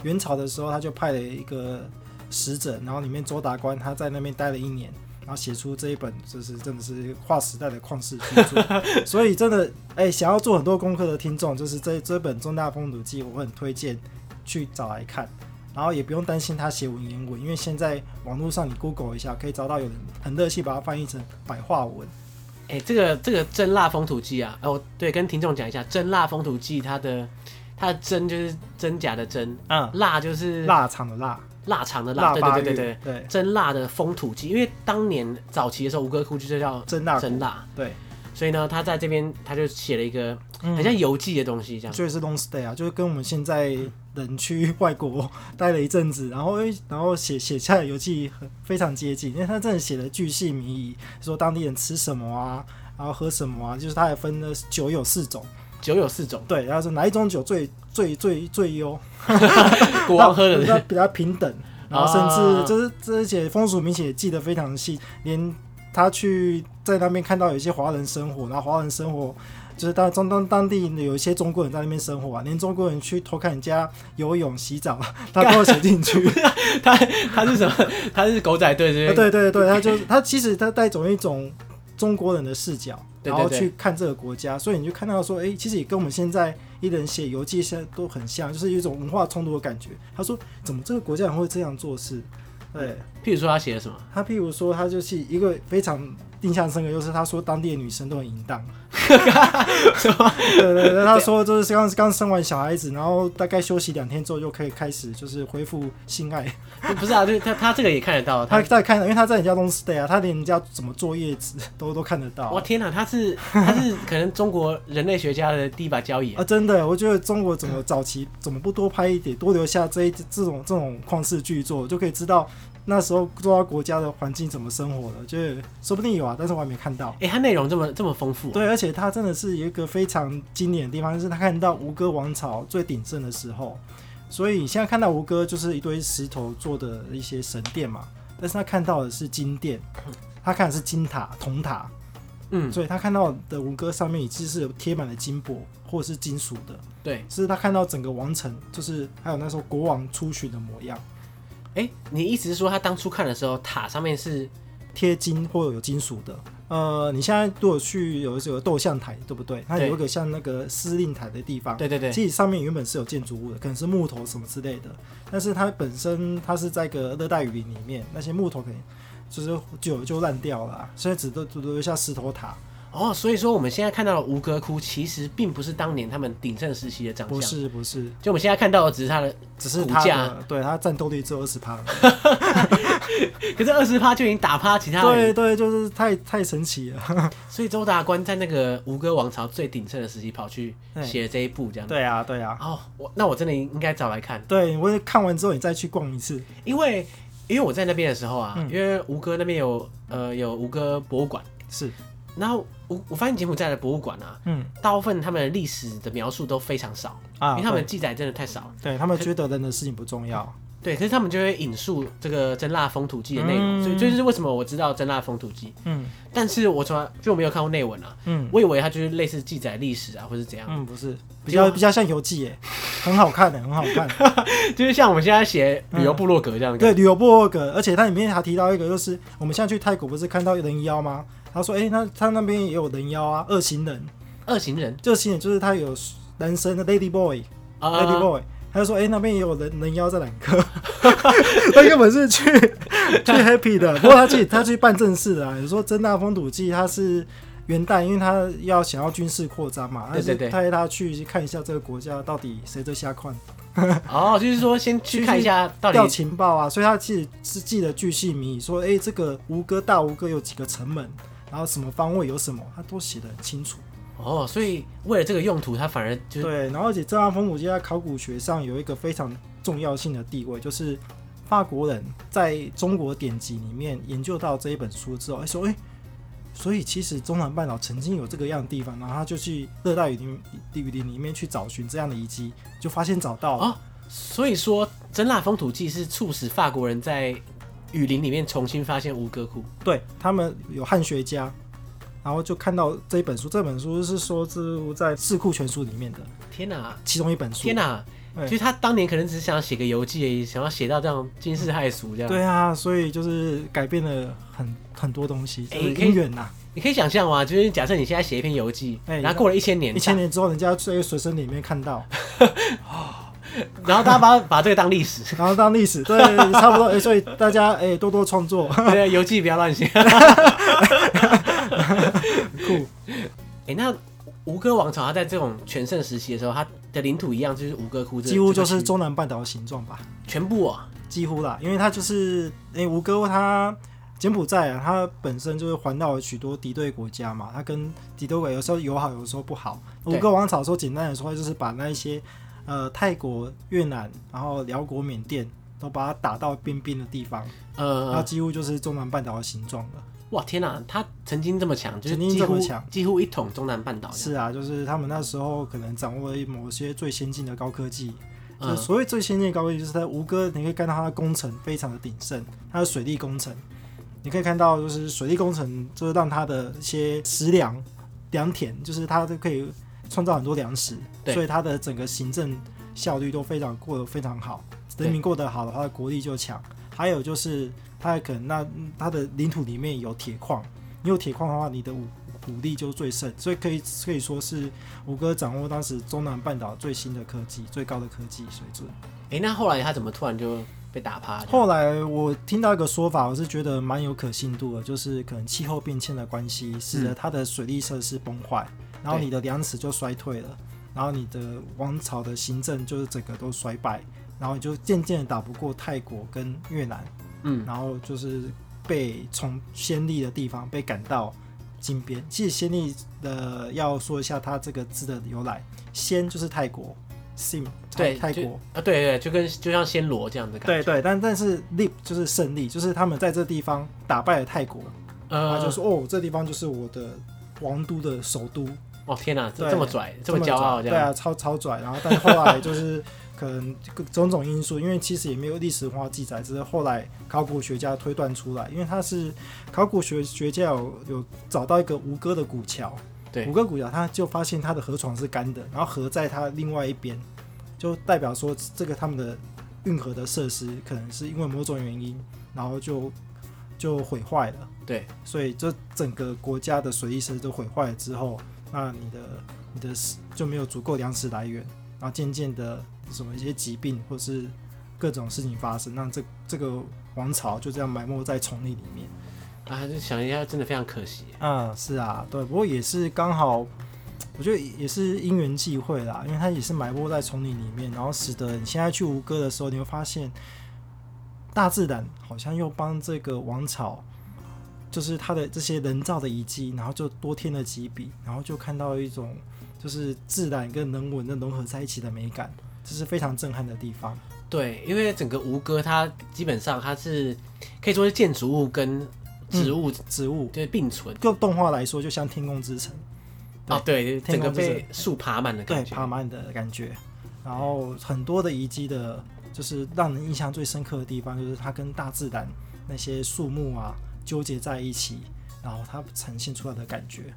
B: 元朝的时候，他就派了一个使者，然后里面周达官他在那边待了一年，然后写出这一本就是真的是划时代的旷世巨著。 所以真的，哎、想要做很多功课的听众，就是这这本《中大风土记》，我很推荐去找来看。然后也不用担心他写文言文，因为现在网络上你 Google 一下，可以找到有人很热心把它翻译成白话文。
A: 哎、这个这个《真辣风土记》啊，哦，对，跟听众讲一下，《真辣风土记》它的它的真就是真假的真，
B: 嗯，
A: 辣就是
B: 腊肠的腊，
A: 腊肠的
B: 腊
A: 啊腊，对对
B: 八
A: 对
B: 月，
A: 对对，
B: 对，
A: 真辣的风土记，因为当年早期的时候，吴哥窟就叫
B: 真腊，
A: 真辣，
B: 对，
A: 所以呢，他在这边他就写了一个
B: 嗯
A: 很像游记的东西，这样。
B: 就是 long stay 啊，就是跟我们现在人去外国待了一阵子，然后然后写写下来游记很非常接近，因为他真的写的巨细靡遗，说当地人吃什么啊，然后喝什么啊，就是他还分了酒有四种，
A: 酒有四种，
B: 对，然后说哪一种酒最最最最优，
A: 国王喝的
B: 比
A: 是
B: 较比较平等，然后甚至就是这些风俗民情也记得非常细，连他去在那边看到有一些华人生活，然后华人生活。就是当当当当地有一些中国人在那边生活啊，连中国人去偷看人家游泳、洗澡，他都要写进去。
A: 他他是什么？他是狗仔队是不是？
B: 哦对对对，他就是他其实他带走一种中国人的视角，
A: 对对
B: 然后
A: 对
B: 去看这个国家，所以你就看到说，诶，其实也跟我们现在一人写游记现在都很像，就是有一种文化冲突的感觉。他说，怎么这个国家人会这样做事？对
A: 譬如说他写了什么？
B: 他，譬如说，他就是一个非常印象深刻，就是他说当地的女生都很淫荡。对对对，他说就是刚刚生完小孩子，然后大概休息两天之后就可以开始就是恢复性爱。
A: 不是啊，就是他他这个也看得到。
B: 他
A: 他
B: 在看，因为他在人家公司 stay 啊，他连人家怎么做叶子都都看得
A: 哇
B: 到
A: 天哪，他是 他是可能中国人类学家的第一把交椅啊。
B: 啊！真的，我觉得中国怎么早期怎么不多拍一点，多留下这一这种这种旷世巨作，就可以知道那时候中华国家的环境怎么生活了。就是说不定有啊，但是我还没看到。
A: 哎、他内容这么这么丰富啊、
B: 对，而且他真的是有一个非常经典的地方，就是他看到吴哥王朝最鼎盛的时候，所以你现在看到吴哥就是一堆石头做的一些神殿嘛，但是他看到的是金殿，他看的是金塔、铜塔，
A: 嗯，
B: 所以他看到的吴哥上面已经是有贴满了金箔或者是金属的，
A: 对。
B: 是他看到整个王城，就是还有那时候国王出巡的模样，
A: 哎、你意思是说他当初看的时候，塔上面是
B: 贴金或有金属的。呃，你现在如果去有有斗象台，对不对？它
A: 对
B: 有一个像那个司令台的地方，
A: 对对对，
B: 啊其实上面原本是有建筑物的，可能是木头什么之类的，但是它本身它是在一个热带雨林里面，那些木头可能就是久了就烂掉了啊、所以只都只留下石头塔，
A: 哦，所以说我们现在看到的吴哥窟，其实并不是当年他们鼎盛时期的长
B: 不
A: 相，
B: 是不是，
A: 就我们现在看到的只是他的，
B: 只是
A: 骨
B: 它
A: 架
B: 的对它战斗力只有二十趴，
A: 可是二十趴就已经打趴其他人，
B: 对对，就是太太神奇了，
A: 所以周达官在那个吴哥王朝最鼎盛的时期跑去
B: 对
A: 写了这一部这样。
B: 对啊对啊，
A: 哦，我那我真的应该找来看，
B: 对，我看完之后你再去逛一次，
A: 因为因为我在那边的时候啊，
B: 嗯
A: 因为吴哥那边有呃有吴哥博物馆，
B: 是，
A: 然后我我发现柬埔寨的博物馆啊，
B: 嗯
A: 大部分他们的历史的描述都非常少，因
B: 啊，
A: 为他们记载真的太少了。
B: 对对他们觉得人的事情不重要，
A: 对，可是他们就会引述这个《真辣风土记》的内容，
B: 嗯
A: 所以这就是为什么我知道《真辣风土记》，
B: 嗯
A: 但是我从来就没有看过内文啊，
B: 嗯
A: 我以为它就是类似记载历史啊，或是怎样，
B: 嗯，不是，比
A: 结果
B: 较比较像游记耶，很好看的，很好看。
A: 就是像我们现在写旅游部落格这样的感
B: 对，旅游部落格，而且它里面还提到一个，就是我们现在去泰国不是看到人妖吗？他说，哎、那他那边也有人妖啊，二型人，
A: 觉，二行人
B: 这个型人就是他有男生的 Lady Boy，Lady、
A: 啊，
B: Boy，他就说，哎、那边也有人人妖在揽 客，他根本是去去 happy 的，不过他去他去办正事的、啊，你说真大风土记他是。元旦，因为他要想要军事扩张嘛，
A: 对对对
B: 他带他去看一下这个国家到底谁最下款，
A: 哦，就是说先去看一下到
B: 调
A: 底，
B: 情报啊，所以他其实是记得巨细靡遗，说哎、诶这个吴哥大吴哥有几个城门，然后什么方位有什么，他都写得很清楚。
A: 哦，所以为了这个用途，它反而就是
B: 对，然后而且正大风土记在考古学上有一个非常重要性的地位，就是法国人在中国典籍里面研究到这一本书之后，诶说哎、诶所以其实中南半岛曾经有这个样的地方，然后他就去热带雨林雨林里面去找寻这样的遗迹，就发现找到了。
A: 哦所以说《真辣风土记》是促使法国人在雨林里面重新发现吴哥窟，
B: 对他们有汉学家，然后就看到这一本书，这本书是说是在《四库全书》里面的
A: 天哪、
B: 其中一本书。
A: 天哪、
B: 对
A: 就是他当年可能只是想写个游记而已，想要写到这样惊世骇俗这样。
B: 对啊，所以就是改变了很很多东西，就
A: 哎
B: 是
A: 可以
B: 姻缘呐。
A: 你可以想象吗？就是假设你现在写一篇游记，
B: 哎
A: 然后过了一千年，
B: 一千年之后，人家在随身里面看到，
A: 然后大家把把这个当历 史，
B: 然后当历史，对，差不多。哎所以大家哎、多多创作，
A: 对，游记不要乱写。
B: 酷。
A: 哎、那吴哥王朝他在这种全盛时期的时候，他的领土一样就是吴哥窟这个，
B: 几乎就
A: 这个
B: 是
A: 区
B: 中南半岛的形状吧，
A: 全部啊。
B: 几乎啦，因为它就是哎吴哥他。柬埔寨啊，它本身就是环绕了许多敌对国家嘛，它跟敌对国家有时候友好，有时候不好。
A: 对
B: 吴哥王朝说，简单的说，它就是把那一些呃泰国、越南，然后辽国、缅甸都把它打到边边的地方，它
A: 呃，
B: 几乎就是中南半岛的形状了。
A: 哇，天哪、他曾经这么强，就是
B: 曾经
A: 几
B: 这么
A: 乎
B: 强
A: 几乎一统中南半岛这样。
B: 是啊，就是他们那时候可能掌握了某些最先进的高科技。就
A: 嗯，
B: 所谓最先进的高科技，就是在吴哥，你可以看到它的工程非常的鼎盛，它的水利工程，你可以看到就是水利工程，就是让它的一些食粮、良田，就是它都可以创造很多粮食，
A: 对
B: 所以它的整个行政效率都非常过得非常好，人民过得好的话，国力就强。还有就是它可能那它的领土里面有铁矿，你有铁矿的话，你的武武力就最盛，所以可以可以说是吴哥掌握当时中南半岛最新的科技、最高的科技水准。
A: 哎、那后来他怎么突然就被打趴这样？
B: 后来我听到一个说法，我是觉得蛮有可信度的，就是可能气候变迁的关系，使得它的水利设施崩坏，然后你的粮食就衰退了，然后你的王朝的行政就是整个都衰败，然后你就渐渐地打不过泰国跟越南，
A: 嗯，
B: 然后就是被从先例的地方被赶到金边。其实先例的要说一下它这个字的由来，先就是泰国，sim 泰
A: 对，
B: 泰
A: 就
B: 国，
A: 啊，对对，就跟就像暹罗这样的感
B: 对
A: 觉。
B: 对，但但是 lip 就是胜利，就是他们在这地方打败了泰国，
A: 呃，
B: 啊他就说哦，这地方就是我的王都的首都，
A: 哦天哪，这
B: 对
A: 这么拽，这
B: 么
A: 么骄傲这样
B: 拽对。啊，超超拽。然后，但是后来就是可能种种因素，因为其实也没有历史文化记载，只是后来考古学家推断出来，因为它是考古学学家有有找到一个吴哥的古桥，
A: 对
B: 吴哥古桥，他就发现它的河床是干的，然后河在它另外一边，就代表说这个他们的运河的设施可能是因为某种原因，然后就就毁坏了。
A: 对，
B: 所以这整个国家的水利设施都毁坏了之后，那你的你的食就没有足够粮食来源，然后渐渐的什么一些疾病或是各种事情发生，那这这个王朝就这样埋没在丛林里面。
A: 啊，就想一下，真的非常可惜。
B: 嗯，是啊，对，不过也是刚好，我觉得也是因缘际会啦，因为它也是埋没在丛林里面，然后使得你现在去吴哥的时候，你会发现大自然好像又帮这个王朝，就是它的这些人造的遗迹，然后就多添了几笔，然后就看到一种就是自然跟人文的融合在一起的美感，这是非常震撼的地方。
A: 对，因为整个吴哥它基本上它是可以说是建筑物跟植物
B: 植物
A: 就是并存
B: 用动画来说，就像天空之城。
A: 啊，对，
B: 天
A: 整个
B: 空之城
A: 被树爬满的
B: 对
A: 感觉。
B: 爬满的感觉。然后很多的遗迹的，就是让人印象最深刻的地方，就是它跟大自然那些树木啊纠结在一起，然后它呈现出来的感觉。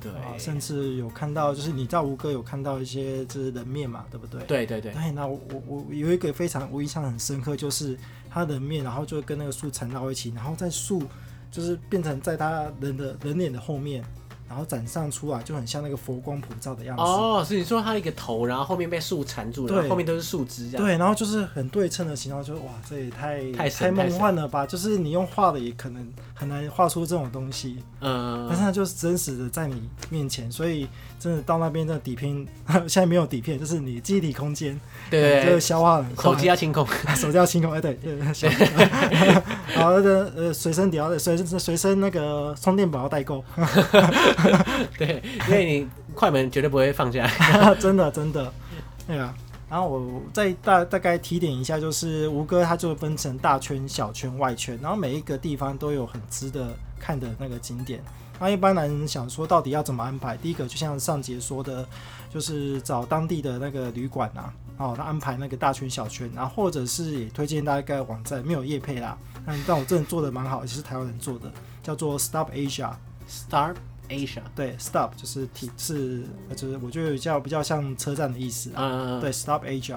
A: 对，
B: 啊，甚至有看到，就是你在吴哥有看到一些就是人面嘛，对不对？
A: 对对对，
B: 对，那我我我有一个非常我印象很深刻，就是它人面，然后就跟那个树缠绕一起，然后在树就是变成在它人的人脸的后面，然后展上出来，就很像那个佛光普照的样子。
A: 哦，所以你说它一个头，然后后面被树缠住，然后
B: 对
A: 后面都是树枝这样。
B: 对，然后就是很对称的形状，就是哇，这也太
A: 太神
B: 梦
A: 太神
B: 幻了吧！就是你用画的也可能很难画出这种东西，但
A: 嗯，
B: 是它就是真实的在你面前，所以真的到那边的底片， 现在没有底片，就是你记忆体空间，嗯
A: 对
B: 就是
A: 对，
B: 消化得很快，
A: 手机啊要清空。
B: 手机要清空，哎对对，消化然后那个呃随身碟要随身随身那个充电宝要代购，
A: 对，因为你快门绝对不会放下来。
B: 真的真的，对啊。然后我再大大概提点一下，就是吴哥它就分成大圈、小圈、外圈，然后每一个地方都有很值得看的那个景点。那一般人想说到底要怎么安排？第一个就像上节说的，就是找当地的那个旅馆啊，哦，那安排那个大圈、小圈，然后或者是也推荐大概网站，没有业配啦，但但我真的做的蛮好，也是台湾人做的，叫做 Stop Asia，
A: Star Asia，
B: 对，stop 就是提是呃就是我觉得比较比较像车站的意思啊。
A: 嗯，
B: 对，stop Asia，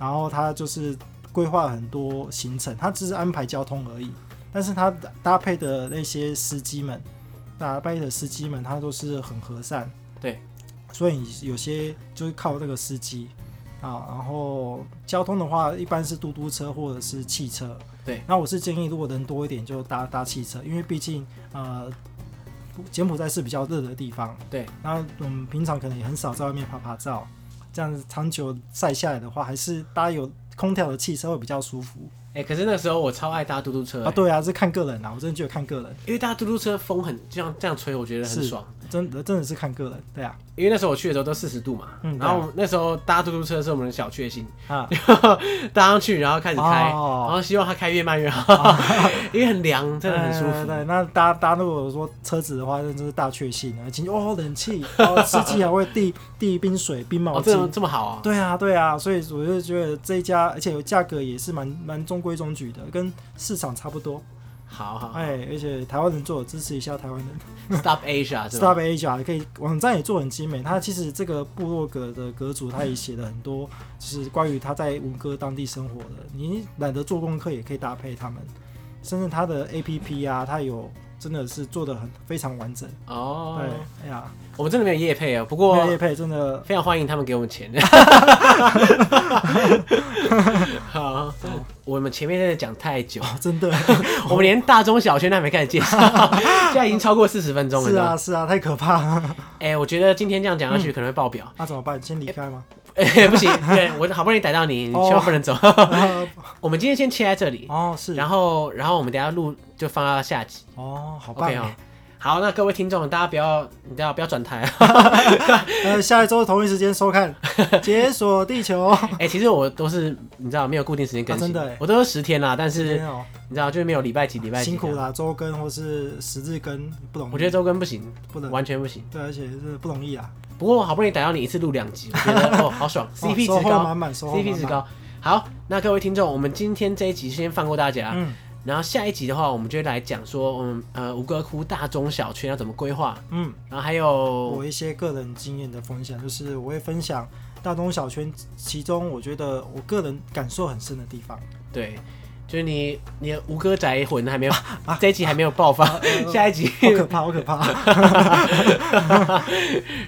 B: 然后它就是规划很多行程，它只是安排交通而已，但是它搭配的那些司机们，搭配的司机们，他都是很和善。
A: 对，
B: 所以有些就是靠那个司机啊，然后交通的话，一般是嘟嘟车或者是汽车。
A: 对，
B: 那我是建议，如果人多一点，就搭搭汽车，因为毕竟呃，柬埔寨是比较热的地方。
A: 对，
B: 那我们平常可能也很少在外面拍拍照，这样子长久晒下来的话，还是搭有空调的汽车会比较舒服
A: 哎，可是那时候我超爱搭嘟嘟车哎
B: 啊。，对啊，这看个人啊，我真的觉得看个人，
A: 因为搭嘟嘟车风很这样这样吹，我觉得很
B: 是
A: 爽。
B: 真的真的是看个人，对啊，
A: 因为那时候我去的时候都四十度嘛，
B: 嗯
A: 然后那时候搭嘟嘟车是我们的小确幸，
B: 啊，
A: 搭上去然后开始开，然
B: 哦，
A: 后希望它开越慢越好， 因为很凉，真的很舒
B: 对对对
A: 服。哦
B: 那搭搭如果说车子的话，那真是大确幸啊，进去哦冷气，然后司机还会递 递冰水、冰毛
A: 哦，这
B: 巾。
A: 么这么好啊！
B: 对啊，对啊，所以我就觉得这一家，而且价格也是蛮蛮中规中矩的，跟市场差不多。
A: 好好
B: 哎，而且台湾人做，支持一下台湾人。
A: ，Stop Asia 是啊吧？
B: Stop Asia 可以网站也做很精美，他其实这个部落格的阁主他也写了很多，就是关于他在吴哥当地生活的，你懒得做功课也可以搭配他们，甚至他的 APP 啊，他有真的是做的很非常完整。
A: 哦，
B: 对，哎呀，
A: 我们真的没有夜配哦，不
B: 没
A: 过
B: 有叶配真的
A: 非常欢迎他们给我们钱。 好，我们前面在讲太久，
B: 哦， 真的
A: 我们连大中小圈都还没开始介绍， 现在已经超过四十分钟了。
B: 是啊嗯是啊，太可怕了，
A: 哎、我觉得今天这样讲下去可能会爆表。
B: 那、怎么办？先离开吗？
A: 哎、不行，对我好不容易逮到你，你千万不能走。 我们今天先切在这里，
B: 哦啊哦是，
A: 然后，然后我们等一下录就放到下集。
B: 哦好棒
A: OK 哦，好，那各位听众，大家不要，你知道不要转台 啊。
B: 呃，下一周同一时间收看《解锁 地球》
A: 哎、其实我都是你知道没有固定时间更新，
B: 啊真的欸
A: 我都是十天啦，但是
B: 天哦，
A: 你知道就是没有礼拜几礼拜几。
B: 辛苦。啦，周更或是十日更不容易，
A: 我觉得周更不行，
B: 不能，
A: 完全不行。
B: 对，而且是不容易啊。
A: 不过好不容易逮到你一次录两集，我觉 得哦好爽，CP
B: 哦收
A: 值
B: 获
A: 高
B: 满满收获满
A: ，CP
B: 满
A: 值。高。好，那各位听众，我们今天这一集先放过大家，
B: 嗯
A: 然后下一集的话，我们就会来讲说，嗯呃，吴哥窟大中小圈要怎么规划，
B: 嗯，
A: 然后还有
B: 我一些个人经验的分享，就是我会分享大中小圈其中我觉得我个人感受很深的地 方。
A: 对，就是你你的吴哥宅魂还没有，
B: 啊
A: 这一集还没有爆发，下一集
B: 好可怕，好可怕！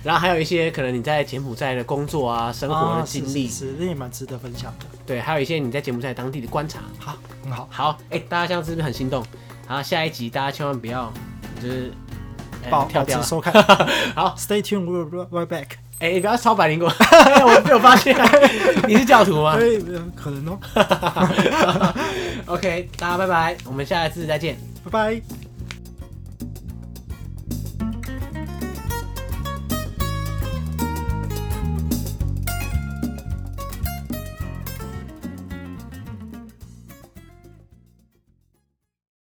A: 然后还有一些可能你在柬埔寨的工作啊、生活的经历，
B: 啊是是是那也蛮值得分享的。
A: 对，还有一些你在柬埔寨当地的观察。
B: 好，很好，
A: 好，哎、大家这样是不是很心动？好，下一集大家千万不要就是、呃
B: 保
A: 跳
B: 保
A: 掉
B: 持
A: 了。
B: 收看。
A: 好
B: ，Stay tuned，we'll be right back。
A: 哎、你不要超百灵果， 我被我发现 你是教徒吗
B: 哎，呃可能哦，
A: ？OK，大家拜拜，我们下一次再见。
B: 拜拜。